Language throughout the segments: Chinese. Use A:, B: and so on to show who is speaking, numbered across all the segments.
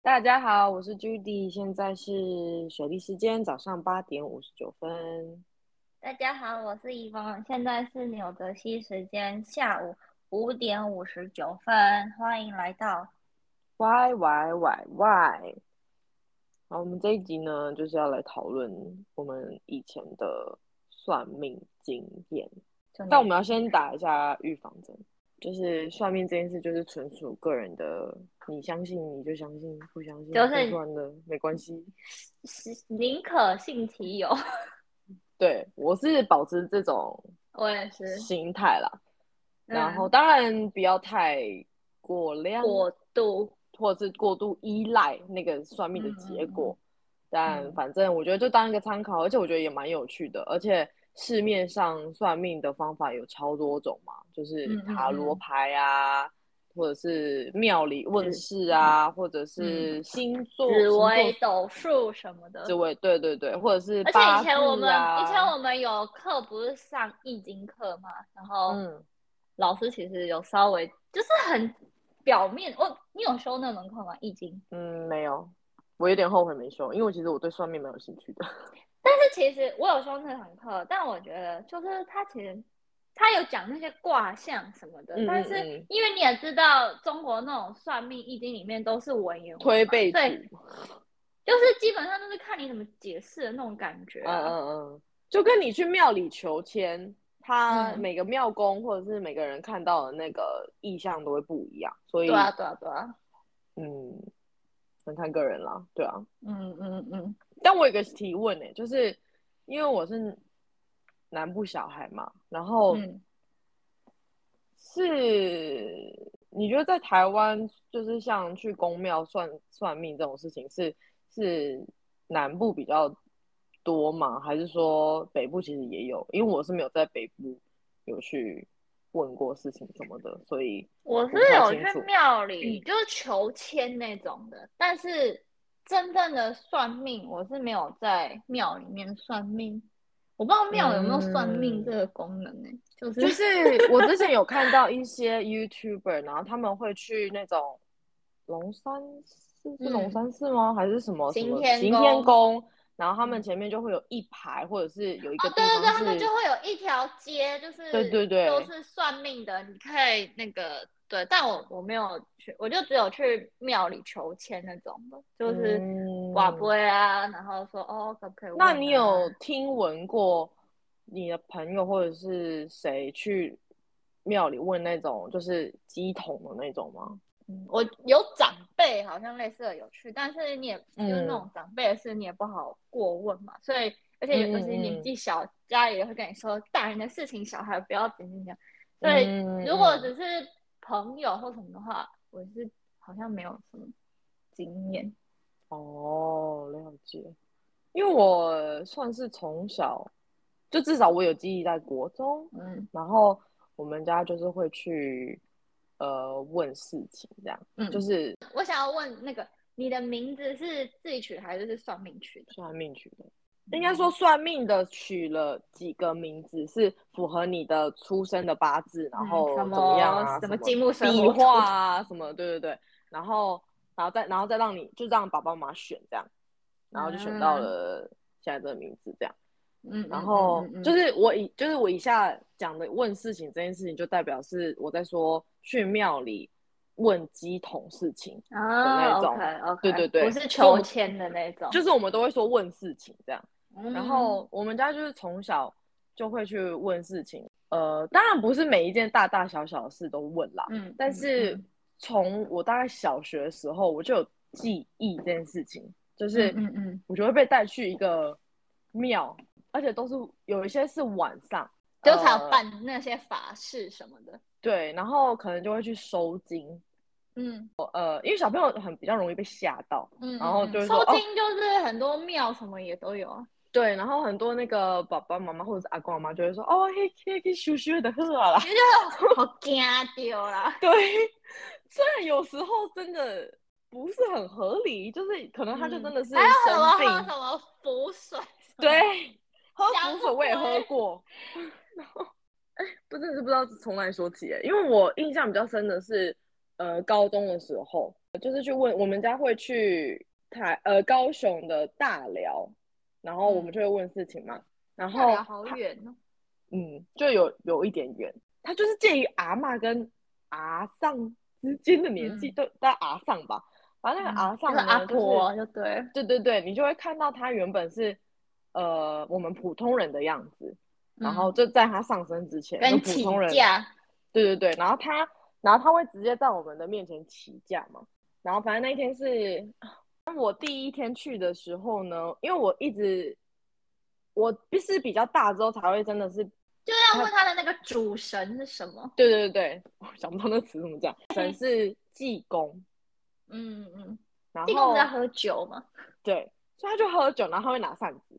A: 大家好，我是 Judy，现在是雪梨时间早上八点五十九分。
B: 大家好，我是怡峰，现在是纽泽西时间下午五点五十九分，欢迎来到。
A: Why why why why？好，我们这一集呢，就是要来讨论我们以前的算命经验。但我们要先打一下预防针，就是算命这件事，就是纯属个人的，你相信你就相信，不相信
B: 就是
A: 不算了，没关系。
B: 是宁可信其有，
A: 对我是保持这种
B: 我也 是。
A: 心态啦，
B: 嗯
A: 然后当然不要太过量，
B: 过度，
A: 或者是过度依赖那个算命的结果。但
B: 嗯
A: 反正我觉得就当一个参考，而且我觉得也蛮有趣的。而且市面上算命的方法有超多种嘛，就是
B: 嗯嗯
A: 塔罗
B: 嗯
A: 牌啊，或者是庙里问事啊，或者是星座、
B: 嗯紫
A: 星
B: 微
A: 座
B: 斗数什么的。
A: 紫微，对对对，或者是
B: 而且
A: 八
B: 以前我们、
A: 字啊
B: 以前我们有课不是上易经课嘛，然后
A: 嗯
B: 老师其实有稍微就是很表面。我你有修那门课吗？易经？
A: 嗯没有，我有点后悔没修，因为我其实我对算命蛮有兴趣的。
B: 但是其实我有修那堂课，但我觉得就是他其实他有讲那些卦象什么的，
A: 嗯嗯
B: 但是
A: 嗯
B: 因为你也知道，中国那种算命易经里面都是文言文嘛，
A: 推背图，
B: 对，
A: 嗯
B: 就是基本上都是看你怎么解释的那种感觉、
A: 嗯
B: 啊。
A: 嗯，就跟你去庙里求签，他
B: 嗯
A: 每个庙公或者是每个人看到的那个意象都会不一样，所以
B: 对啊，对啊，对啊，
A: 嗯，很看个人啦，对啊。
B: 嗯嗯嗯，
A: 但我有个提问呢、欸就是因为我是南部小孩嘛，然后
B: 嗯，
A: 是你觉得在台湾，就是像去公庙算算命这种事情是，是南部比较多吗？还是说北部其实也有？因为我是没有在北部有去问过事情什么的，所以
B: 我是
A: 不太
B: 有
A: 清楚嗯
B: 去庙里就是求签那种的，但是真正的算命我是没有在庙里面算命，我不知道庙有没有算命
A: 嗯
B: 这个功能呢、就 是
A: 就是我之前有看到一些 YouTuber，然后他们会去那种龙山寺，是龙
B: 嗯
A: 山寺吗？还是什么什
B: 行
A: 么
B: 天
A: 行
B: 宫
A: 天宫？然后他们前面就会有一排，或者是有一个
B: 哦，
A: 地
B: 对对对，
A: 方
B: 他
A: 是，
B: 们就会有一条街，就是
A: 对对对
B: 都是算命的，你可以那个对，但我我没有去，我就只有去庙里求签那种的，就是瓦
A: 嗯
B: 杯啊，然后说哦可不可以、
A: 那你
B: 啊
A: 有？听闻过你的朋友或者是谁去庙里问那种就是鸡桶的那种吗？
B: 嗯我有长辈好像类似的有去，但是你也就是那
A: 嗯
B: 种长辈的事，你也不好过问嘛，所以而且
A: 嗯嗯
B: 尤其年纪小，家里也会跟你说大人的事情，小孩不要怎样怎样，所以。
A: 嗯
B: 如果
A: 嗯
B: 只是朋友或什么的话，我是好像没有什么经验。
A: 哦，了解。因为我算是从小，就至少我有记忆在国中，
B: 嗯
A: 然后我们家就是会去呃问事情这样，
B: 嗯，
A: 就是是
B: 我想要问那个，你的名字是自己取还是是算命取的？
A: 算命取的。应该
B: 嗯
A: 说，算命的取了几个名字是符合你的出生的八字，然后
B: 嗯什
A: 怎么样啊？
B: 么
A: 什
B: 么金木水
A: 笔
B: 火
A: 画啊，什么？对对对，然后然后再然后再让你就让爸爸妈妈选这样，然后就选到
B: 嗯
A: 了现在这个名字这样。
B: 土，嗯，嗯
A: 然后
B: 嗯嗯嗯
A: 就是我以就是我以下讲的问事情这件事情，就代表是我在说去庙里问鸡同事情，
B: 啊
A: 那种
B: OK OK，
A: 对对对
B: 不是求签的那种，
A: 就是我们都会说问事情这样。
B: 嗯
A: 然后我们家就是从小就会去问事情，呃，当然不是每一件大大小小的事都问啦，
B: 嗯，
A: 但是
B: 嗯
A: 从我大概小学的时候，我就有记忆这件事情，就是
B: 嗯嗯嗯
A: 我就会被带去一个庙，而且都是有一些是晚上，
B: 就才有
A: 呃
B: 办那些法事什么的，
A: 对，然后可能就会去收金，
B: 嗯
A: 呃，因为小朋友很比较容易被吓到，
B: 嗯，
A: 然后
B: 嗯
A: 就是
B: 收
A: 说哦
B: 金就是很多庙什么也都有啊，
A: 对，然后很多那个爸爸妈妈或者是阿公阿妈就会说哦，嘿，嘿，嘿，咻咻的喝啊啦，
B: 其实好惊丢啦。
A: 对， 虽然有时候真的不是很合理，就是可能他就真的是
B: 嗯还有什么
A: 生
B: 喝
A: 病，
B: 什么符水，
A: 对， 喝
B: 香
A: 符水我也喝
B: 灰
A: 过， 然后哎，不真的是不知道从哪里说起耶，因为我印象比较深的是，呃，高中的时候，就是去问我们家会去台呃高雄的大寮，然后我们就会问事情嘛，然
B: 嗯大
A: 后
B: 寮好远哦，
A: 嗯就有有一点远，他就是介于阿嬷跟阿丧之间的年纪，
B: 嗯
A: 都在阿丧吧，反正那嗯个阿丧
B: 上就是
A: 呢
B: 阿
A: 就是
B: 婆就对，
A: 对对对，你就会看到他原本是呃我们普通人的样子，然后就在他上身之前，
B: 嗯跟
A: 普
B: 起
A: 通人
B: 价，
A: 对对对，然后他，然后他会直接在我们的面前起价嘛。然后反正那一天是我第一天去的时候呢，因为我一直我必是比较大之后才会真的是，
B: 就是要问他的那个主神是什么？
A: 对对对，我想不到那词怎么讲，神是济公，
B: 嗯嗯，
A: 然
B: 地公
A: 后
B: 不是在喝酒嘛，
A: 对，所以他就喝酒，然后他会拿扇子，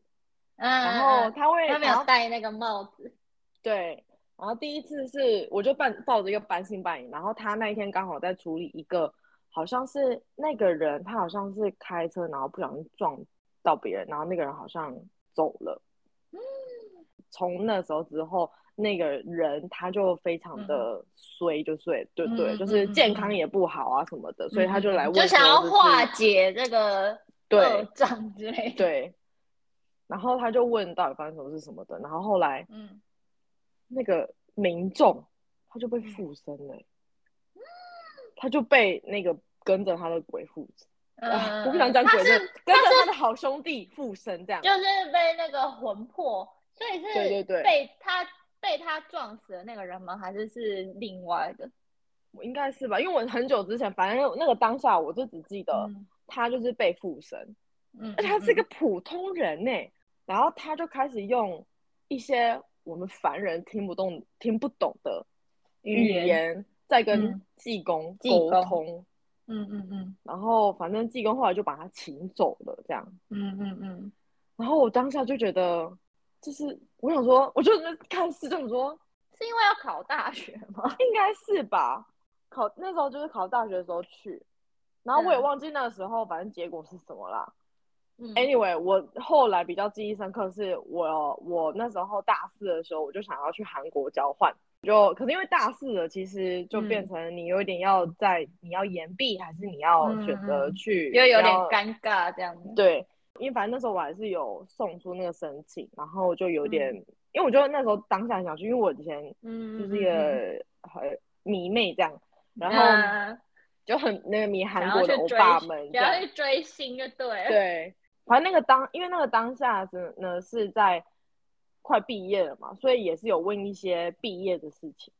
B: 嗯，
A: 然后
B: 嗯
A: 他会，
B: 嗯他没
A: 然
B: 有
A: 后
B: 戴那个帽子，
A: 对，然后第一次是我就半抱着一个半信半疑，然后他那一天刚好在处理一个，好像是那个人他好像是开车，然后不小心撞到别人，然后那个人好像走了。
B: 嗯
A: 从那时候之后，那个人他就非常的衰，就衰，对对，
B: 嗯
A: 就是
B: 嗯嗯
A: 健康也不好啊什么的，所以他就来
B: 嗯
A: 问
B: 就
A: 说，
B: 想要
A: 是
B: 化解这个
A: 对
B: 恶障之类的，，
A: 对，然后他就问到底发生什么事什么的，然后后来
B: 嗯，
A: 那个民众，他就被附身了欸、他就被那个跟着他的鬼附身。哇，我不想讲
B: 嗯他
A: 鬼，就是跟着
B: 他
A: 他的好兄弟附身这样。
B: 就是被那个魂魄，所以是
A: 对对对
B: 被他被他撞死的那个人吗？还是是另外的？
A: 我应该是吧，因为我很久之前，反正那个当下我就只记得
B: 嗯
A: 他就是被附身，
B: 嗯，
A: 而且他是
B: 嗯
A: 个普通人呢、然后他就开始用一些我们凡人听不懂、听不懂的
B: 语
A: 语
B: 言
A: 言在跟
B: 嗯
A: 济公
B: 济
A: 沟
B: 公
A: 通。
B: 嗯嗯嗯
A: 然后反正济公后来就把他请走了，这样。
B: 嗯嗯嗯，
A: 然后我当下就觉得，就是我想说，我就在那看市政府说，
B: 是因为要考大学吗？
A: 应该是吧？考那时候就是考大学的时候去，然后我也
B: 嗯
A: 忘记那个时候反正结果是什么啦。
B: 嗯
A: Anyway，我后来比较记忆深刻的是我我那时候大四的时候，我就想要去韩国交换，就可是因为大四了，其实就
B: 嗯
A: 变成你有一点要在你要延毕还是你要
B: 嗯
A: 选择
B: 嗯
A: 去，
B: 又有点
A: 要
B: 尴尬这样子。
A: 对，因为反正那时候我还是有送出那个申请，然后就有点，
B: 嗯
A: 因为我觉得那时候当下想去，因为我以前
B: 嗯，嗯，
A: 就是一
B: 嗯，
A: 个很迷妹这样，然后
B: 嗯嗯
A: 就很那个迷
B: 想
A: 韩
B: 要
A: 国的
B: 去
A: 欧
B: 追
A: 巴们这
B: 想要
A: 样，
B: 去追星就对了。
A: 对，反正那个当因为那个当下是呢是在快毕业了嘛，所以也是有问一些毕业的事情，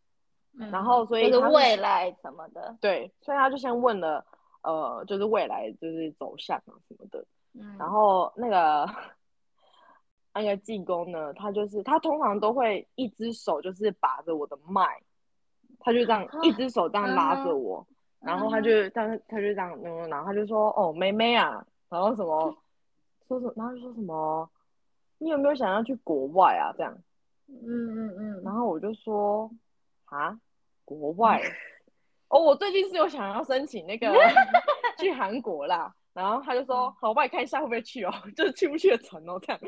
B: 嗯，
A: 然后所以
B: 就是
A: 他们
B: 未来什么的，
A: 对，所以他就先问了，呃，就是未来就是走向啊什么的，
B: 嗯，
A: 然后那个那个济公呢，他就是他通常都会一只手就是把着我的脉，他就这样一只手这样拉着我，然后他就他他就这样，嗯然后他就说哦妹妹啊，然后什么说什么，然后就说什么你有没有想要去国外啊这样，
B: 嗯嗯嗯，
A: 然后我就说啊国外。哦，我最近是有想要申请那个去韩国啦，然后他就说
B: 嗯，
A: 好，我帮你看一下会不会去哦， 就是去不去得成哦，这样。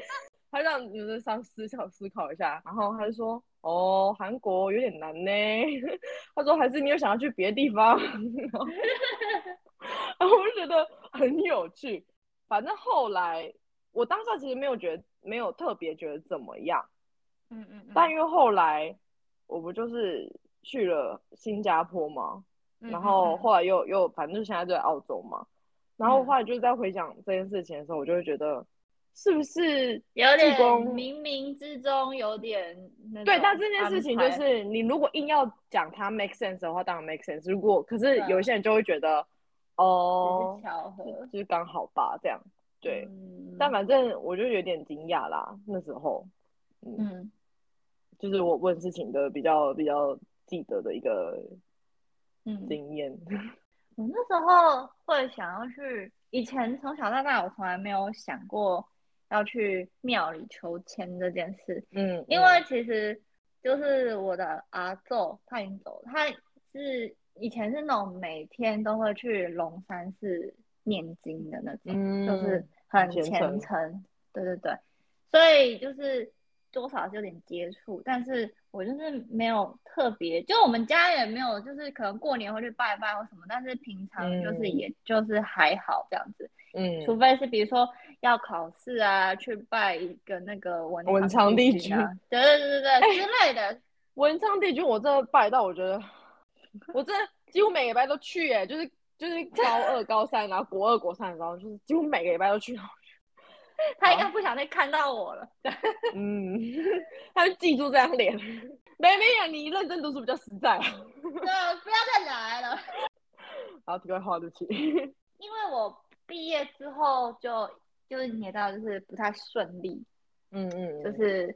A: 他让你们上思考思考一下，然后他就说，哦，韩国有点难呢。 他说还是你有想要去别的地方，然后 然后我就觉得很有趣。反正后来我当下其实没有觉得没有特别觉得怎么样，
B: 嗯嗯嗯，
A: 但因为后来我不就是去了新加坡吗？
B: 嗯
A: 然
B: 嗯
A: 后
B: 嗯
A: 后来又又反正现在就在澳洲嘛，然后
B: 嗯
A: 后来就在回想这件事情的时候，我就会觉得是不是
B: 有
A: 济
B: 点
A: 公
B: 冥冥之中有点那
A: 对？
B: 种
A: 但这件事情就
B: 安排
A: 是你如果硬要讲它 make sense 的话，当然 make sense。如果可是
B: 对啊
A: 有一些人就会觉得
B: 只
A: 哦
B: 是，巧合，
A: 就是刚好吧这样，对。
B: 嗯，
A: 但反正我就有点惊讶啦，那时候
B: 嗯，
A: 就是我问事情的比较比较记得的一个
B: 嗯
A: 经验，
B: 我那时候会想要去，以前从小到大我从来没有想过要去庙里求签这件事，
A: 嗯，
B: 因
A: 嗯
B: 为其实就是我的阿昼他已经走了，他是以前是那种每天都会去龙山寺念经的那种，
A: 嗯
B: 就是很
A: 虔
B: 虔
A: 诚
B: 诚，对对对，所以就是多少是有点接触，但是我就是没有特别，就我们家也没有，就是可能过年会去拜拜或什么，但是平常就是
A: 嗯
B: 也就是还好这样子，
A: 嗯，
B: 除非是比如说要考试啊，去拜一个那个文
A: 文
B: 昌
A: 昌帝
B: 君啊，对对对对对之类的，
A: 文昌帝君我真的拜到，我觉得我真的几乎每个礼拜都去、哎，就是就是高二、高三，然后国二、国三，然后就是几乎每个礼拜都 去。
B: 他应该不想再看到我了。
A: 嗯， 他就记住这张脸。没没有，你认真读书比较实在。啊
B: 对，不要再来了。
A: 好，题外话，对不起。
B: 因为我毕业之后就就是你也知道，就是不太顺利，
A: 嗯嗯，
B: 就，是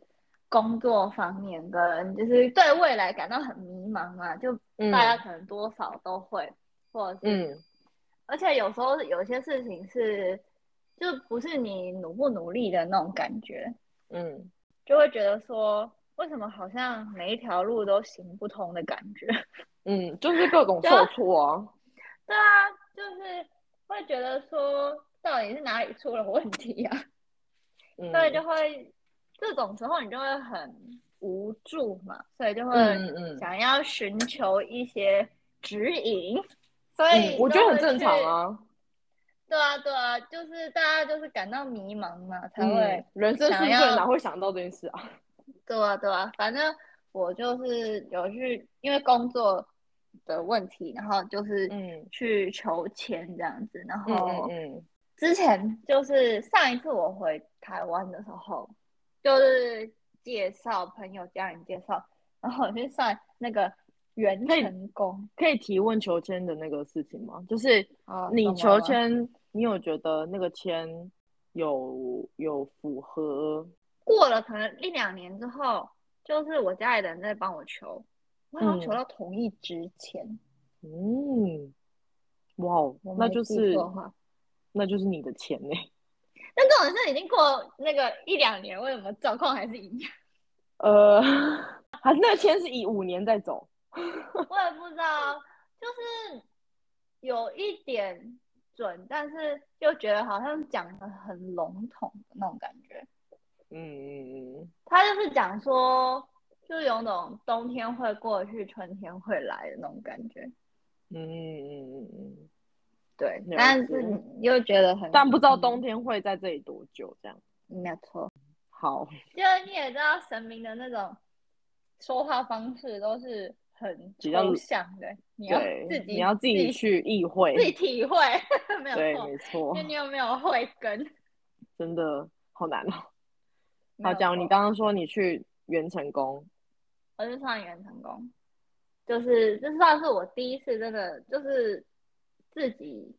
B: 工作方面跟就是对未来感到很迷茫嘛，就
A: 嗯
B: 大家可能多少都会，或者是，
A: 嗯
B: 而且有时候有些事情是就不是你努不努力的那种感觉，
A: 嗯，
B: 就会觉得说为什么好像每一条路都行不通的感觉。
A: 嗯，就是各种
B: 对
A: 受
B: 啊
A: 挫啊。
B: 对啊，就是会觉得说，到底是哪里出了问题啊？
A: 嗯，
B: 所以就会这种时候你就会很无助嘛，所以就
A: 嗯
B: 会
A: 嗯嗯
B: 想要寻求一些指引。所以
A: 嗯，我觉得很
B: 就会
A: 正常
B: 去。
A: 啊。
B: 对啊，对啊，就是大家就是感到迷茫嘛，才会
A: 嗯，人生
B: 想
A: 顺遂
B: 要
A: 哪会想到这件事啊？
B: 对啊，对啊，反正我就是有去因为工作的问题，然后就是
A: 嗯
B: 去求签这样子，然
A: 嗯
B: 后。
A: 嗯嗯
B: 之前就是上一次我回台湾的时候，就是介绍朋友家人介绍，然后我去上那个元成功
A: 可以提问求签的那个事情吗？就是
B: 哦
A: 你
B: 懂了
A: 求签，你有觉得那个签有有符合？
B: 过了可能一两年之后，就是我家里人在帮我求，我好像
A: 嗯
B: 求到同一支签，
A: 嗯，哇哦
B: 我，
A: 那
B: 没
A: 就
B: 记
A: 是
B: 错的话
A: 那就是你的钱 呢、
B: 但这种事已经过那个一两年，为什么状况还是一样？
A: 呃， 还是那个签是以五年再走。
B: 我也不知道，就是有一点准，但是又觉得好像讲的很笼统的那种感觉。
A: 嗯嗯嗯，
B: 他就是讲说，就有种冬天会过去，春天会来的那种感觉。
A: 嗯嗯嗯嗯嗯，
B: 对
A: 了，解
B: 但是你又觉得很，
A: 但不知道
B: 嗯
A: 冬天会在这里多久，这样。
B: 没有错，
A: 好，
B: 就是你也知道神明的那种说话方式都是很
A: 比较
B: 抽象的，你要
A: 对
B: 自己
A: 你要自己去意会
B: 自己体会， 没有
A: 对，
B: 错。
A: 没错
B: 那，你有没有慧根？
A: 真的好难哦。
B: 没
A: 好，
B: 有
A: 假如你
B: 错
A: 刚刚说你去元成功，
B: 我是创业成功，就是这算是我第一次真的就是自己，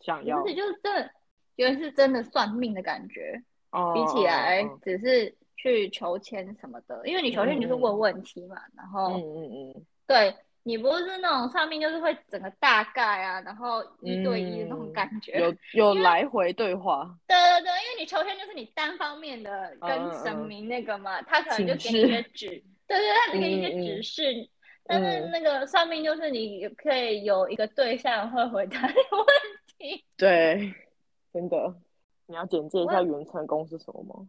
A: 想
B: 也
A: 要
B: 不是就是真的，有点是真的算命的感觉，
A: 哦
B: 比起来
A: 哦嗯
B: 只是去求签什么的，因为你求签你就是问问题嘛，然
A: 哦
B: 后
A: 嗯嗯嗯，
B: 对你不是那种算命就是会整个大概啊，然后一对一的那种
A: 嗯
B: 感觉，
A: 有有
B: 因为
A: 来回对话，
B: 对对对，因为你求签就是你单方面
A: 嗯
B: 的跟神明那个嘛，他可能就给你一些指，对对，
A: 嗯
B: 他只给你一些指示。但是那个算命就是你可以有一个对象会回答你问题。
A: 对，真的。你要简介一
B: 我
A: 下元成功是什么吗？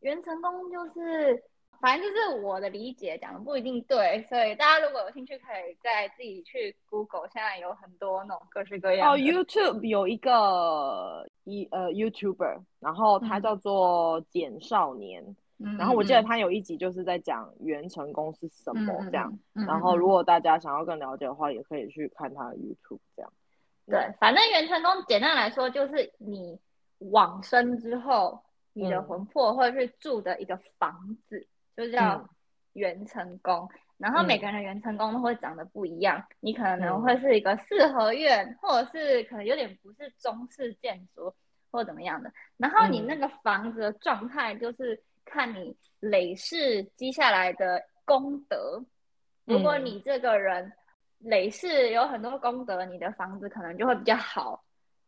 B: 元成功就是，反正就是我的理解讲的不一定对，所以大家如果有兴趣，可以再自己去 Google，现在有很多那种各式各样
A: 哦
B: 的。
A: ，YouTube 有一个一呃 YouTuber，然后他
B: 嗯
A: 叫做简少年，
B: 嗯
A: 然后我记得他有一集就是在讲元成功是什么这样，，
B: 嗯嗯嗯嗯嗯
A: 然后如果大家想要更了解的话，也可以去看他的 YouTube 这样。
B: 对，反正元成功简单来说就是你往生之后，你的
A: 嗯
B: 魂魄会去住的一个房子，就叫
A: 嗯
B: 元成功。然后每
A: 嗯
B: 个人的元成功都会长得不一样，你可能
A: 嗯
B: 会是一个四合院，或者是可能有点不是中式建筑或怎么样的。然后你
A: 嗯
B: 那个房子的状态就是看你累世积下来的功德，如果
A: 嗯
B: 你这个人累世有很多功德，你的房子可能就会比较好。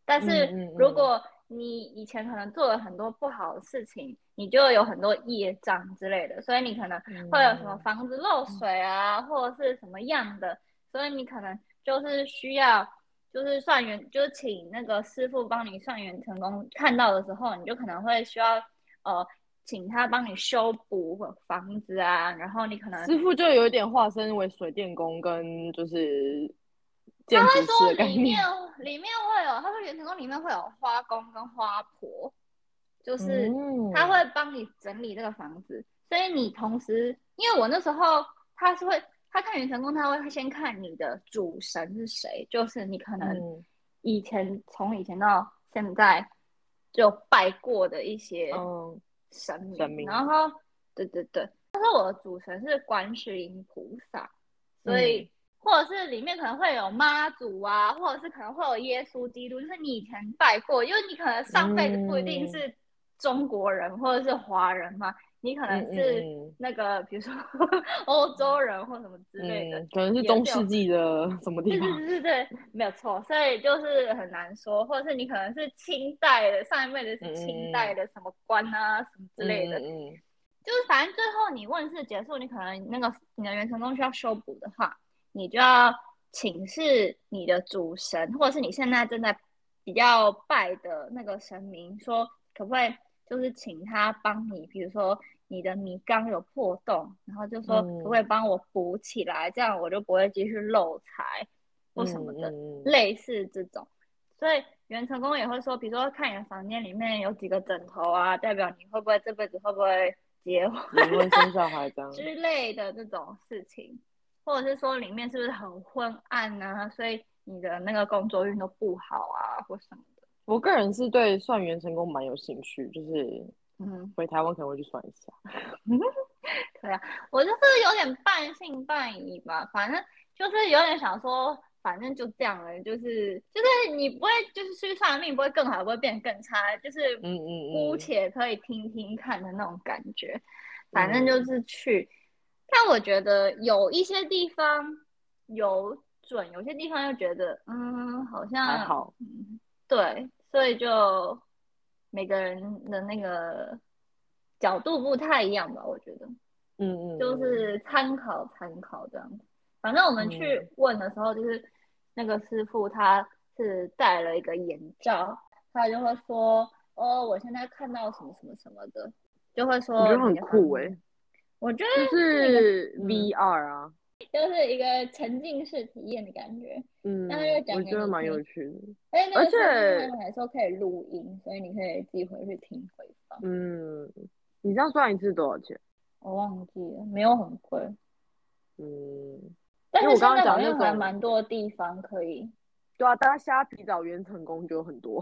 B: 但是
A: 嗯嗯嗯
B: 如果你以前可能做了很多不好的事情，你就有很多业障之类的，所以你可能会有什
A: 嗯
B: 么房子漏水啊，或者是什么样的，所以你可能就是需要。就是算元，就是请那个师傅帮你算元成功。看到的时候，你就可能会需要呃请他帮你修补房子啊，然后你可能
A: 师傅就有一点化身为水电工跟就是建
B: 他
A: 筑
B: 会
A: 师
B: 说
A: 的概
B: 里面
A: 念。
B: 里面会有，他说原成功里面会有花工跟花婆，就是
A: 嗯
B: 他会帮你整理这个房子，所以你同时，因为我那时候他是会，他看元成功，他会先看你的主神是谁，就是你可能
A: 嗯
B: 以前从以前到现在就拜过的一些
A: 嗯
B: 神明，
A: 神明
B: 然后对对对，但是我的主神是观世音菩萨，所
A: 嗯
B: 以、或者是里面可能会有妈祖啊，或者是可能会有耶稣基督，就是你以前拜过，因为你可能上辈子不一
A: 嗯
B: 定是中国人或者是华人嘛，你可能
A: 嗯
B: 是
A: 嗯
B: 那个比如说 欧洲人或什么之类的，
A: 嗯，可能是
B: 也
A: 中
B: 是有
A: 世纪的什么地
B: 对对
A: 方？
B: 对对对，没有错，所以就是很难说，或者是你可能是清代的，上一辈的是清代的什么官啊、什么之类的，
A: 嗯嗯
B: 就是反正最后你问世结束，你可能那个你的元成功需要修补的话，你就要请示你的主神，或者是你现在正在比较拜的那个神明，说可不可以就是请他帮你，比如说你的米缸有破洞，然后就说
A: 嗯
B: 可不可以帮我补起来，这样我就不会继续漏财或什么的。
A: 嗯嗯
B: 类似这种。所以元成功也会说，比如说看你的房间里面有几个枕头啊，代表你会不会这辈子会不会结婚
A: 嗯离婚生小孩这样。
B: 之类的这种事情，或者是说里面是不是很昏暗啊，所以你的那个工作运都不好啊，或什么的。
A: 我个人是对算元成功蛮有兴趣，就是
B: 嗯，
A: 回台湾可能会去算一下。
B: 我就是有点半信半疑吧，反正就是有点想说，反正就这样了，就是就是你不会就是去算命不会更好，也不会变得更差，就是
A: 嗯嗯嗯，
B: 姑且可以听听看的那种感觉，反正
A: 嗯
B: 就是去。但我觉得有一些地方有准，有些地方又觉得嗯，好像
A: 还，好。
B: 嗯，对，所以就每个人的那个角度不太一样吧，我觉得
A: 嗯嗯，嗯
B: 就是参考参考这样子。反正我们
A: 嗯
B: 去问的时候，就是那个师傅他是戴了一个眼罩，他就会说：“哦，我现在看到什么什么什么的。”就会说
A: 我觉得很酷
B: 哎、
A: 哎、
B: 我觉
A: 就
B: 得
A: 是
B: 嗯
A: VR 啊，
B: 就是一个沉浸式体验的感觉。
A: 嗯，
B: 那他就讲
A: 我
B: 给
A: 觉得
B: 你
A: 蛮
B: 听
A: 有趣的。
B: 而且那个
A: 而且
B: 师傅他们还说可以录音，所以你可以自己回去听回放。
A: 嗯，你这样算一次多少钱？
B: 我忘记了，没有很贵，
A: 嗯，
B: 但
A: 因
B: 是
A: 为我
B: 现
A: 刚刚
B: 在
A: 讲
B: 好
A: 那
B: 像还
A: 种
B: 蛮多地方可以，
A: 对啊，大家虾皮找原成功就有很多，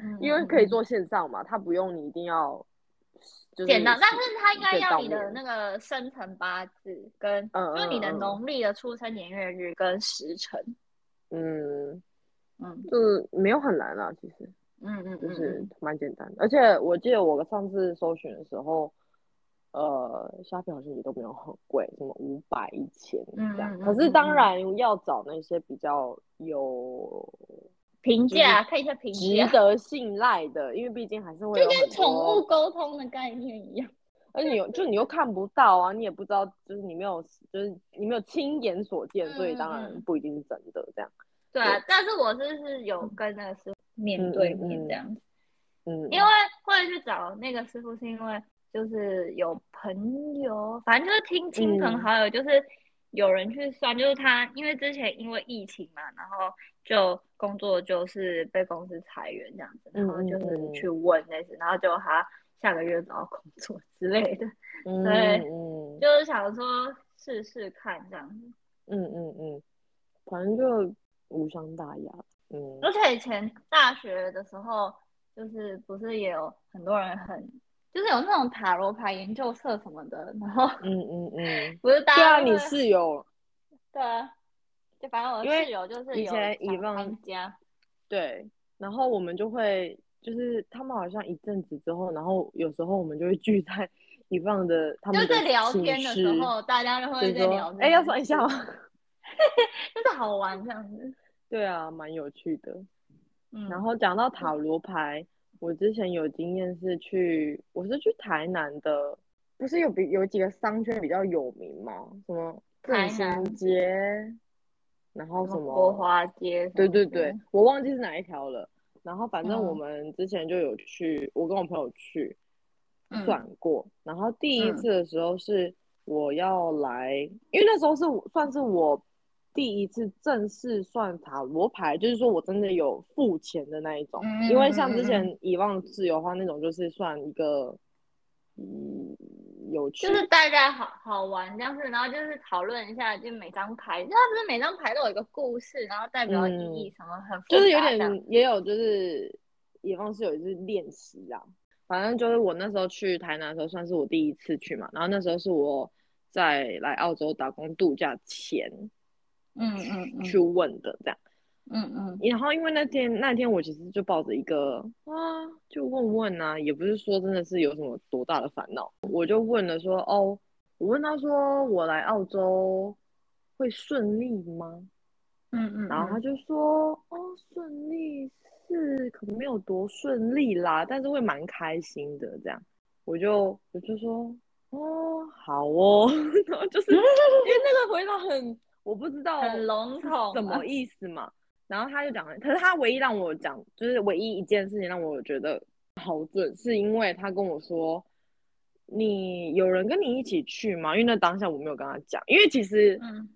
B: 嗯
A: 因为可以
B: 嗯
A: 做线上嘛，它不用你一定要就是
B: 简单，但是
A: 实
B: 他应该
A: 对
B: 要
A: 到
B: 你的
A: 面
B: 那个生辰八字跟，
A: 嗯
B: 就是你的
A: 嗯嗯
B: 农历的出生年月日跟时辰，
A: 嗯，
B: 嗯
A: 就是没有很难啦，其实
B: 嗯嗯
A: 就
B: 嗯
A: 是
B: 嗯，
A: 蛮简单的。而且我记得我上次搜寻的时候，呃，虾皮好像也都没有很贵，什么五百、一千这样
B: 嗯嗯。嗯
A: 可是当
B: 嗯
A: 然要找那些比较有
B: 评
A: 值
B: 价啊看一下评
A: 值
B: 价，
A: 得信赖的，因为毕竟还是会
B: 就
A: 有
B: 跟
A: 很
B: 宠物
A: 多，
B: 沟通的概念一样，
A: 而且你又就你又看不到啊，你也不知道，就是你没有，就是你没有亲眼所见，所以当
B: 嗯嗯
A: 然
B: 嗯
A: 不一定是真的这样。
B: 对啊，但是我是是有跟那个师傅面
A: 嗯
B: 对
A: 嗯
B: 面
A: 嗯
B: 这样子，
A: 嗯，
B: 因为会去找那个师傅是因为就是有朋友，反正就是听亲朋
A: 嗯
B: 好友，就是有人去算，就是他因为之前因为疫情嘛，然后就工作就是被公司裁员这样子，然
A: 嗯
B: 后就是
A: 嗯嗯
B: 去问那次，然后结果他下个月找到工作之类的，
A: 嗯
B: 所以
A: 嗯
B: 就是想说试试看这样子。
A: 嗯嗯嗯，反正就无伤大雅。嗯，
B: 而且以前大学的时候，就是不是也有很多人很，就是有那种塔罗牌研究社什么的，然后
A: 嗯嗯 嗯，
B: 不是大
A: 对
B: 家
A: 啊，
B: 都
A: 你
B: 会
A: 室友
B: 对啊，就反正我
A: 因为
B: 室友就是
A: 以
B: 有
A: 前以
B: 想
A: 往
B: 参加，
A: 对，然后我们就会就是他们好像一阵子之后，然后有时候我们就会聚在 一放的他
B: 就
A: 们
B: 是在聊
A: 寝
B: 天的时
A: 室
B: 候，大家就会
A: 就
B: 在
A: 说
B: 聊这
A: 哎、要
B: 件
A: 算一
B: 事
A: 下吗？
B: 就是好玩这样子。
A: 对啊，蛮有趣的。
B: 嗯，
A: 然后讲到塔罗牌，我之前有经验是去，我是去台南的，不是有比有几个商圈比较有名吗？什么振
B: 台南
A: 兴街，然后
B: 什
A: 什
B: 么
A: 么
B: 国华街什么
A: 对
B: 的，
A: 对对，我忘记是哪一条了。然后反正我
B: 嗯
A: 们之前就有去，我跟我朋友去，算过。然后第
B: 嗯
A: 一次的时候是我要来，因为那时候是我算是我第一次正式算塔罗牌，就是说我真的有付钱的那一种。
B: 嗯
A: 因为像之
B: 嗯
A: 前遗忘自由的话那种，就是算一个嗯有趣，
B: 就是大家好好玩这样子，然后就是讨论一下，就每张牌，它不是每张牌都有一个故事，然后代表意义什么，很复
A: 嗯
B: 杂
A: 就是有
B: 这样
A: 点也有就是也方是有就是练习啦。反正就是我那时候去台南的时候，算是我第一次去嘛。然后那时候是我在来澳洲打工度假前
B: 嗯嗯嗯
A: 去问的，这样。
B: 嗯嗯
A: 然后因为那天那天我其实就抱着一个啊，就问问啊，也不是说真的是有什么多大的烦恼，我就问了说哦，我问他说我来澳洲会顺利吗？
B: 嗯嗯，
A: 然后他就说：“哦，顺利是可能没有多顺利啦，但是会蛮开心的。”这样，我就我就说：“哦，好哦。” 然后就是因为那个回答很我不知道
B: 很笼
A: 是
B: 统啊
A: 什么意思嘛。然后他就讲了，可是他唯一让我讲，就是唯一一件事情让我觉得好准，是因为他跟我说：“你有人跟你一起去吗？”因为那当下我没有跟他讲，因为其实
B: 嗯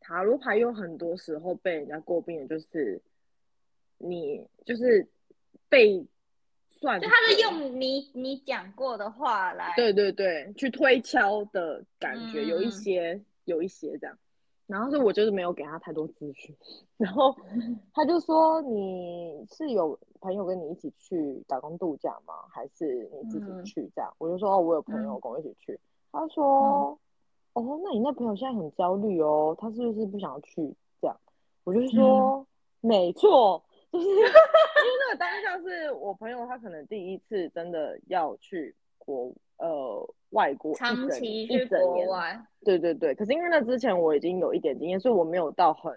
A: 塔罗牌有很多时候被人家诟病的就是你就是被算
B: 就
A: 准，
B: 他是用你你讲过的话来，
A: 对对对去推敲的感觉，
B: 嗯
A: 有一些有一些这样。然后是我就是没有给他太多资讯，然 后他就说你是有朋友跟你一起去打工度假吗？还是你自己
B: 嗯
A: 去这样？我就说哦，我有朋友
B: 嗯
A: 跟我一起去。他说、哦，那你那朋友现在很焦虑哦，他是不是不想要去？这样，我
B: 嗯
A: 就说、没错， 就是 因为那个当下是我朋友他可能第一次真的要去国呃外国一
B: 长
A: 整
B: 期
A: 一
B: 去
A: 整
B: 国
A: 年，
B: 外，
A: 对对对，可是因为那之前我已经有一点经验，所以我没有到很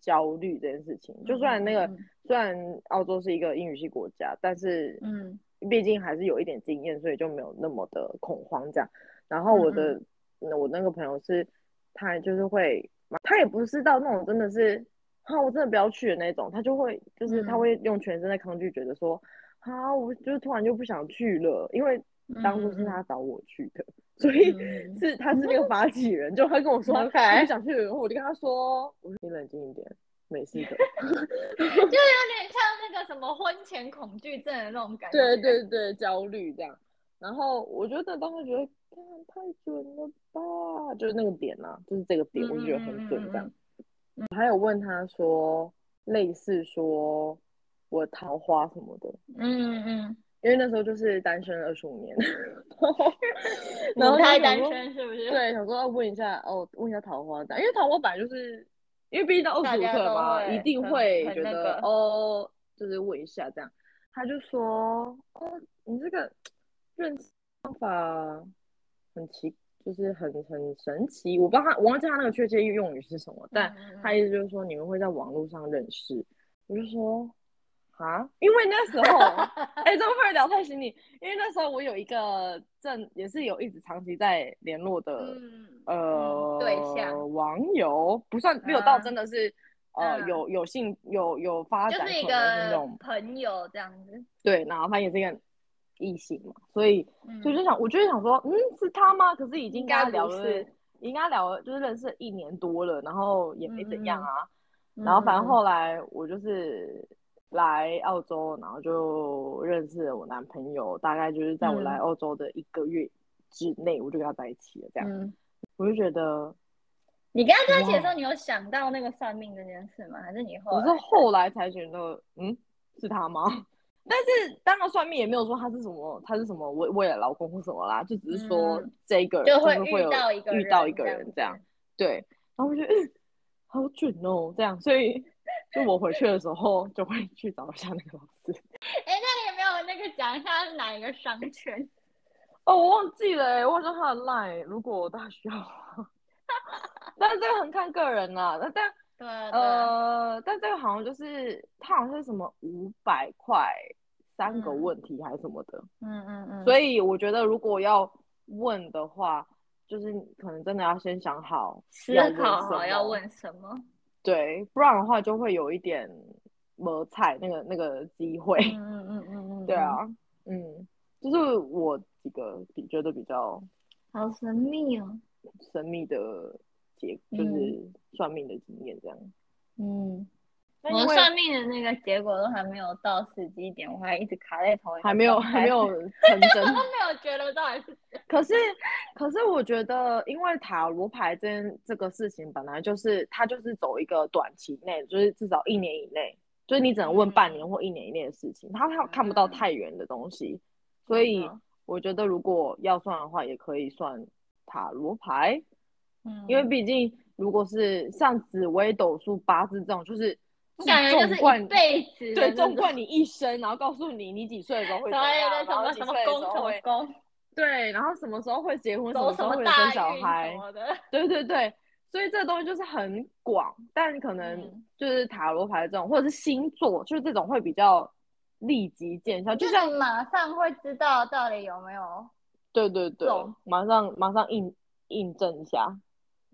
A: 焦虑这件事情。就虽然那个、
B: 嗯嗯
A: 虽然澳洲是一个英语系国家，但是
B: 嗯
A: 毕竟还是有一点经验，所以就没有那么的恐慌这样。然
B: 嗯
A: 后我的、那我那个朋友是，他就是会，他也不是到那种真的是，啊，我真的不要去的那种，他就会就是他
B: 嗯
A: 会用全身的抗拒，觉得说，啊，我就是突然就不想去了，因为当初是
B: 嗯嗯
A: 他找我去的，所 以。
B: 嗯
A: 是他是那个发起人，就他跟我 说
B: OK
A: 他不想去，然后我就跟他说，我说你冷静一点，没事的。
B: 就是有点像那个什么婚前恐惧症的那种感觉，
A: 对对对，焦虑这样。然后我觉得当时觉得，干太准了吧，就是那个点啊，就是这个点，我就觉得很准
B: 嗯
A: 这样。我还有问他说，类似说我桃花什么的，
B: 嗯嗯，
A: 因为那时候就是单身二十五年， 然
B: 母
A: 后
B: 胎
A: 就想
B: 单
A: 说
B: 身是不是？
A: 对，想说要问一下哦，问一下桃花的，因为桃花本来就是，因为毕竟到二
B: 大
A: 十五
B: 家
A: 岁
B: 都
A: 嘛，一
B: 会
A: 定
B: 很
A: 会
B: 很
A: 觉
B: 那
A: 得
B: 个
A: 哦，就是问一下这样。他就说哦，你这个认识方法很奇，就是很很神奇。我不知道他，我忘记他那个确切用语是什么，但
B: 嗯嗯
A: 他意思就是说你们会在网络上认识。我就说啊，因为那时 候。哎、这会不会聊太心里？因为那时候我有一个正，也是有一直长期在联络的、
B: 嗯
A: 呃
B: 嗯对象
A: 网友，不算没有到
B: 嗯
A: 真的是、呃
B: 嗯
A: 有有性有有发
B: 就
A: 展
B: 是一
A: 可能的那
B: 个
A: 种
B: 朋友这样子，
A: 对，然后他也是一个异性嘛，所以
B: 嗯
A: 所以就想，我就是想说，嗯，是他吗？可是已经
B: 应
A: 跟他
B: 该不
A: 聊了
B: 是，
A: 应该聊了，就是认识了一年多了，然后也没怎样啊。然后
B: 嗯
A: 反正
B: 嗯
A: 后来我就是来澳洲，然后就认识了我男朋友，大概就是在我来
B: 嗯
A: 澳洲的一个月之内，我就跟他在一起了。这样，
B: 嗯，
A: 我就觉得
B: 你跟他在一起的时候，你有想到那个算命这件事吗？还是你后
A: 我
B: 来
A: 是后来才觉得，嗯，是他吗？ 但是当然算命也没有说他是什么，他是什么未未来老公或什么啦，就只是说
B: 嗯
A: 这个人
B: 就
A: 会
B: 会遇
A: 有
B: 到一个
A: 遇到一
B: 人
A: 个
B: 这
A: 人
B: 样
A: 这样
B: 子，
A: 对。然后我觉得、嗯、好准哦，这样，所以就我回去的时候就会去找一下那个老师。
B: 那你有没有那个讲一下是哪一个商圈？
A: 哦，我忘记了、欸，我忘记他的 line，如果我大需要的话。但是这个很看个人啦、那但
B: 对啊对啊
A: 呃，但这个好像就是它好像是什么五百块三个
B: 嗯
A: 问题还是什么的，
B: 嗯嗯嗯，
A: 所
B: 以
A: 以我觉得如果要问的话，就是可能真的要先想好
B: 思
A: 要问
B: 考
A: 什
B: 好要
A: 么，
B: 问什么？
A: 对，不然的话就会有一点磨菜那个那个机会，啊
B: 嗯嗯嗯嗯嗯，
A: 对啊，嗯，就是我几个比觉得比较
B: 好神秘哦。
A: 神秘的结，就是算命的经验这样。
B: 嗯，
A: 那
B: 我
A: 因为
B: 算命的那个结果都还没有到时机点，我还一直卡在同一个
A: 还没有
B: 状态
A: 还没有成真
B: 我。都没有觉得到底是
A: 可是，可是我觉得，因为塔罗牌这件这个事情本来就是，它就是走一个短期内，就是至少一年以内，就是你只能问
B: 嗯
A: 半年或一年以内的事情，它它看不到太远的东西，所以
B: 嗯
A: 我觉得如果要算的话，也可以算塔罗牌，
B: 嗯，
A: 因为毕竟如果是像紫微斗数、八字这种，就是
B: 我感觉就是
A: 纵贯
B: 一辈子的
A: 对
B: 那种
A: 纵贯你一生，然后告诉你你几岁的时候会
B: 所
A: 怎
B: 谓的
A: 样，
B: 什
A: 啊然后
B: 么
A: 几
B: 什么
A: 岁的时
B: 宫什
A: 候
B: 么
A: 会
B: 宫，
A: 对，然后什么时候会结婚，什
B: 走
A: 么时
B: 什
A: 候
B: 么
A: 会
B: 大
A: 生
B: 运
A: 小孩
B: 什，么的，
A: 对对对，所以这个东西就是很广，但可能
B: 嗯
A: 就是塔罗牌这种，或者是星座，就是这种会比较立即见 效，就像
B: 是马上会知道到底有没有，
A: 对对对
B: 懂，
A: 马上马上印印证一下，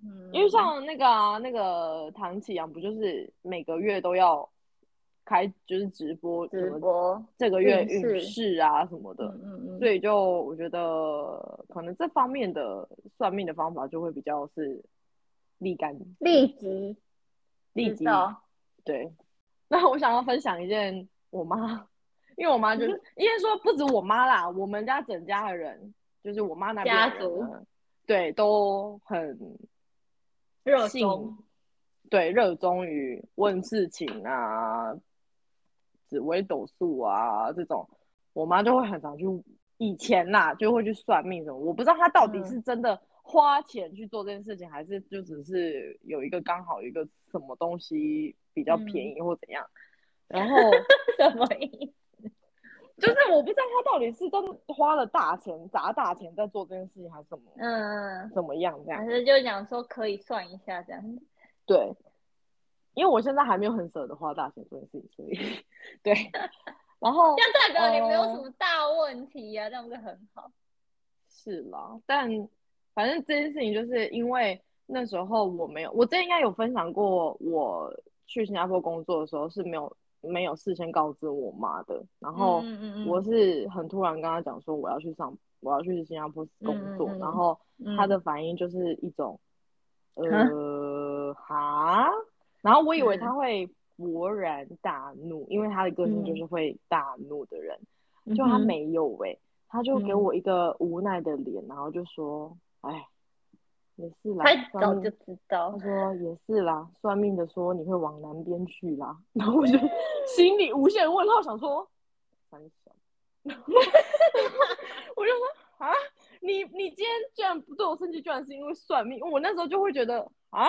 B: 嗯，
A: 因为像那个啊，那个唐启阳不就是每个月都要开就是直播什
B: 直
A: 么
B: 播，
A: 这个月
B: 运势
A: 运势啊什么的，
B: 嗯嗯嗯，
A: 所以就我觉得可能这方面的算命的方法就会比较是立竿
B: 立即
A: 立
B: 知
A: 即
B: 道，
A: 对，那我想要分享一件我妈，因为我妈
B: 嗯
A: 就是，应该说不止我妈啦，我们家整家的人，就是我妈那边
B: 家
A: 的人呢
B: 族
A: 对，都很
B: 热
A: 信
B: 衷，
A: 对热衷于问事情啊、紫微斗数啊这种，我妈就会很常去，以前啦就会去算命什么，我不知道她到底
B: 嗯
A: 是真的花钱去做这件事情，还是就只是有一个刚好有一个什么东西比较便
B: 嗯
A: 宜或 怎样，然后
B: 什么意
A: 就是我不知道她到底是真的花了大钱砸大钱在做这件事情，还是怎么、
B: 嗯，
A: 怎么样这样
B: 反。正就讲说可以算一下这样，
A: 对，因为我现在还没有很舍得花大钱做这件事情，所以 对。然后
B: 这样代表你没有
A: 哦
B: 什么大问题呀、啊，这样不是很好？
A: 是啦，但反正这件事情就是因为那时候我没有，我之前应该有分享过，我去新加坡工作的时候是没有没有事先告知我妈的，然后
B: 嗯嗯嗯，
A: 我是很突然跟她讲说我要去上，我要去新加坡工作，
B: 嗯嗯嗯
A: 然后她
B: 嗯
A: 的反应就是一种，呃，哈，然后我以为
B: 嗯
A: 她会勃然大怒，因为她的个性就
B: 嗯
A: 是会大怒的人，就他
B: 嗯哼
A: 没有哎、他就给
B: 嗯
A: 我一个无奈的脸，然后就说：“哎，也是啦算
B: 他，嗯早
A: 命
B: 就知道
A: 他，说也是啦，算命的说你会往南边去啦。”然后我就心里无限问号，想说：“三小， 我就说啊，你你今天居然不对我生气，居然是因为算命。我那时候就会觉得啊，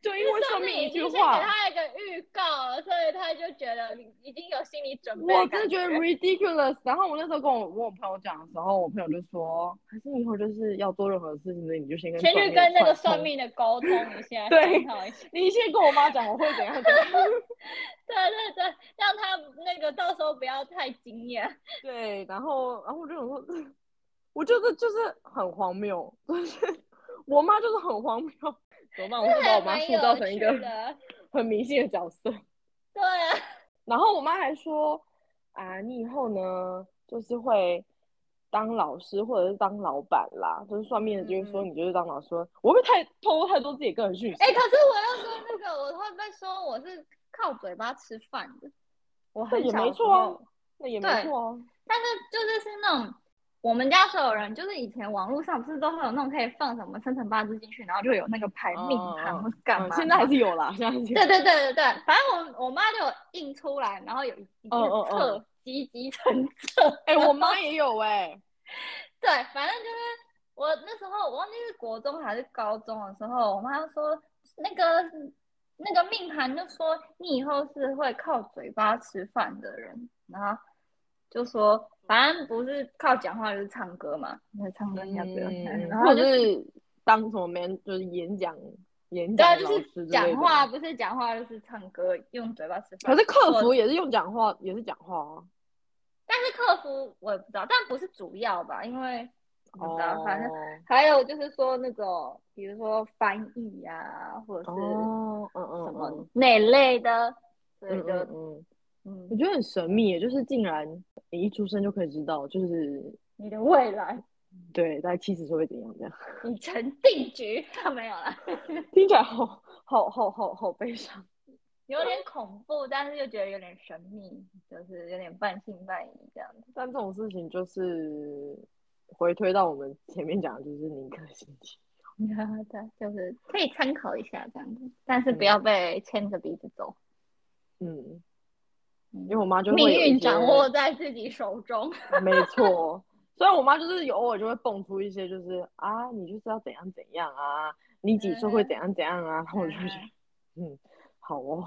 A: 就因为算命一句
B: 已经
A: 话，
B: 给他一个预告了，所以他就觉得已经有心理准备。
A: 我真的觉得 ridiculous。然后我那时候跟我我朋友讲的时候，我朋友就说，还是你以后就是要做任何事情的，你就先跟
B: 先去
A: 算命
B: 跟那
A: 串
B: 个
A: 通
B: 算，命的沟通一 下，
A: 对
B: 探讨一下。
A: 你先跟我妈讲我会怎样怎样。
B: 对对对，让他那个到时候不要太惊 讶。
A: 对，然后然后我就想说， 我就是就是很荒谬， 就是我妈就是很荒谬，怎么办？我就把我妈
B: 蛮
A: 塑
B: 有
A: 造成一个
B: 趣的，
A: 很迷信的角色。
B: 对啊，
A: 然后我妈还说啊，你以后呢，就是会当老师或者是当老板啦，就是算命的就会说
B: 嗯
A: 你就是当老师，我会不会太透露太多自己个人讯息？
B: 哎、可是我要说那个，我会不会说我是靠嘴巴吃饭的？我
A: 这
B: 很
A: 也
B: 小
A: 没
B: 时
A: 错啊
B: 候，
A: 那也
B: 对
A: 没错啊，
B: 但是就是是那种我们家所有人，就是以前网络上不是都会有那种可以放什么生辰八字进去，然后就有那个排命盘
A: 嗯
B: 或是干
A: 嗯
B: 嘛、
A: 现在还是有啦，现在还是有
B: 对对对对对，反正我我妈就有印出来，然后有一一
A: 嗯嗯
B: 个
A: 嗯
B: 册集集成册。
A: 哎、我 妈也有哎、
B: 对，反正就是我那时候我忘记是国中还是高中的时候，我妈说那个那个命盘就说你以后是会靠嘴巴吃饭的人，然后就说反正不是靠讲话就是唱歌嘛，那唱歌应该不用看，
A: 嗯，
B: 然
A: 或
B: 后就
A: 者是当什么没就是演讲演
B: 对
A: 讲
B: 啊，
A: 老
B: 就
A: 师
B: 是
A: 之类
B: 讲
A: 的嘛，
B: 话不是讲话就是唱歌，用嘴巴吃饭。
A: 可是
B: 我
A: 客服也是用讲话，也是讲话啊。
B: 但是客服我也不知道，但不是主要吧，因为不知道，反正
A: 哦
B: 还有就是说那种，比如说翻译呀、或者是
A: 哦，嗯嗯，
B: 什
A: 嗯
B: 么那类的，所以
A: 嗯
B: 就
A: 嗯嗯，我
B: 嗯，
A: 觉得很神秘耶，就是竟然你一出生就可以知道，就是
B: 你的未来
A: 对，大概七十岁会怎样？这样
B: 已成定局， 没有啦，
A: 听起来好好好好好悲伤。
B: 有点恐怖，但是又觉得有点神秘，就是有点半信半疑这样子。
A: 但这种事情就是回推到我们前面讲，的，就是宁可信其
B: 对，就是可以参考一下这样子，但是不要被牵着鼻子走。
A: 嗯，因为我妈就会
B: 命
A: 有一
B: 运
A: 些
B: 掌握在自己手中。
A: 没错，虽然我妈就是有偶尔就会蹦出一些，就是啊，你就是要怎样怎样啊，你几岁会怎样怎样啊，然后我就觉得，嗯，好哦，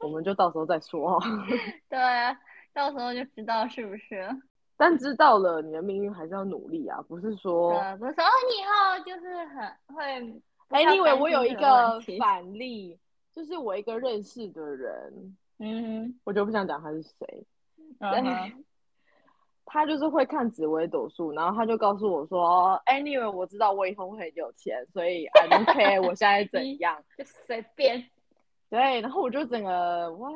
A: 我们就到时候再说、哦。
B: 对啊，到时候就知道是不是了。
A: 但知道了，你的命运还是要努力啊，不是说，
B: 对，不是说哦，你以后就是很会。
A: 哎、你以为我有一个
B: 反？
A: 反例，就是我一个认识的人，
B: 嗯
A: 我就不想讲他是谁，
B: 哼，嗯哼
A: 他就是会看紫微斗数，然后他就告诉我说，Anyway，我知道我以后会很有钱，所以 I don't care 我现在怎样。
B: 就随便
A: 对，然后我就整个哇，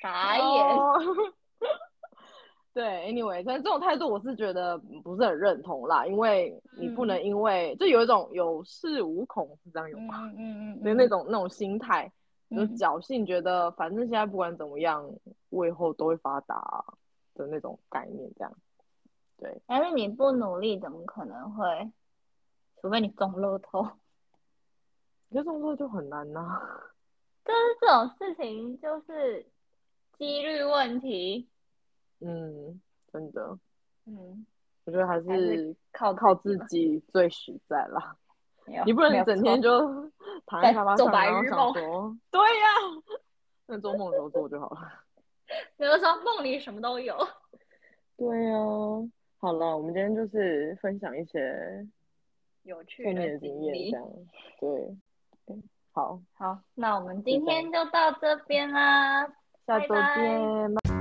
B: 傻眼。
A: 哦 对，anyway，但这种态度我是觉得不是很认同啦，因为你不能因为、就有一种有恃无恐，是这样有
B: 嗯
A: 吗？
B: 嗯嗯嗯，
A: 就那种那种心态，就
B: 嗯
A: 侥幸觉得反正现在不管怎么样，我以后都会发达的那种概念，这样。
B: 但是你不努力，怎么可能会？除非你中乐透。
A: 可是这种时候就很难呐、
B: 就是这种事情，就是几率问题。
A: 嗯，真的，
B: 嗯，
A: 我觉得还
B: 还是
A: 是
B: 靠
A: 靠自
B: 吧。
A: 己最实在啦。
B: 没有
A: 你不
B: 没有
A: 能整天
B: 错
A: 就躺在沙发
B: 做
A: 上，
B: 白
A: 然后
B: 日
A: 想
B: 梦
A: 说，对呀、那做梦的时候做就好了。
B: 有的时候梦里什么都有。
A: 对呀、好了，我们今天就是分享一些
B: 有趣
A: 负面
B: 的
A: 的
B: 经
A: 经验，
B: 历
A: 这。样对，嗯好，
B: 好，那我们今天就到这边啦，
A: 下
B: 拜
A: 周
B: 拜
A: 见。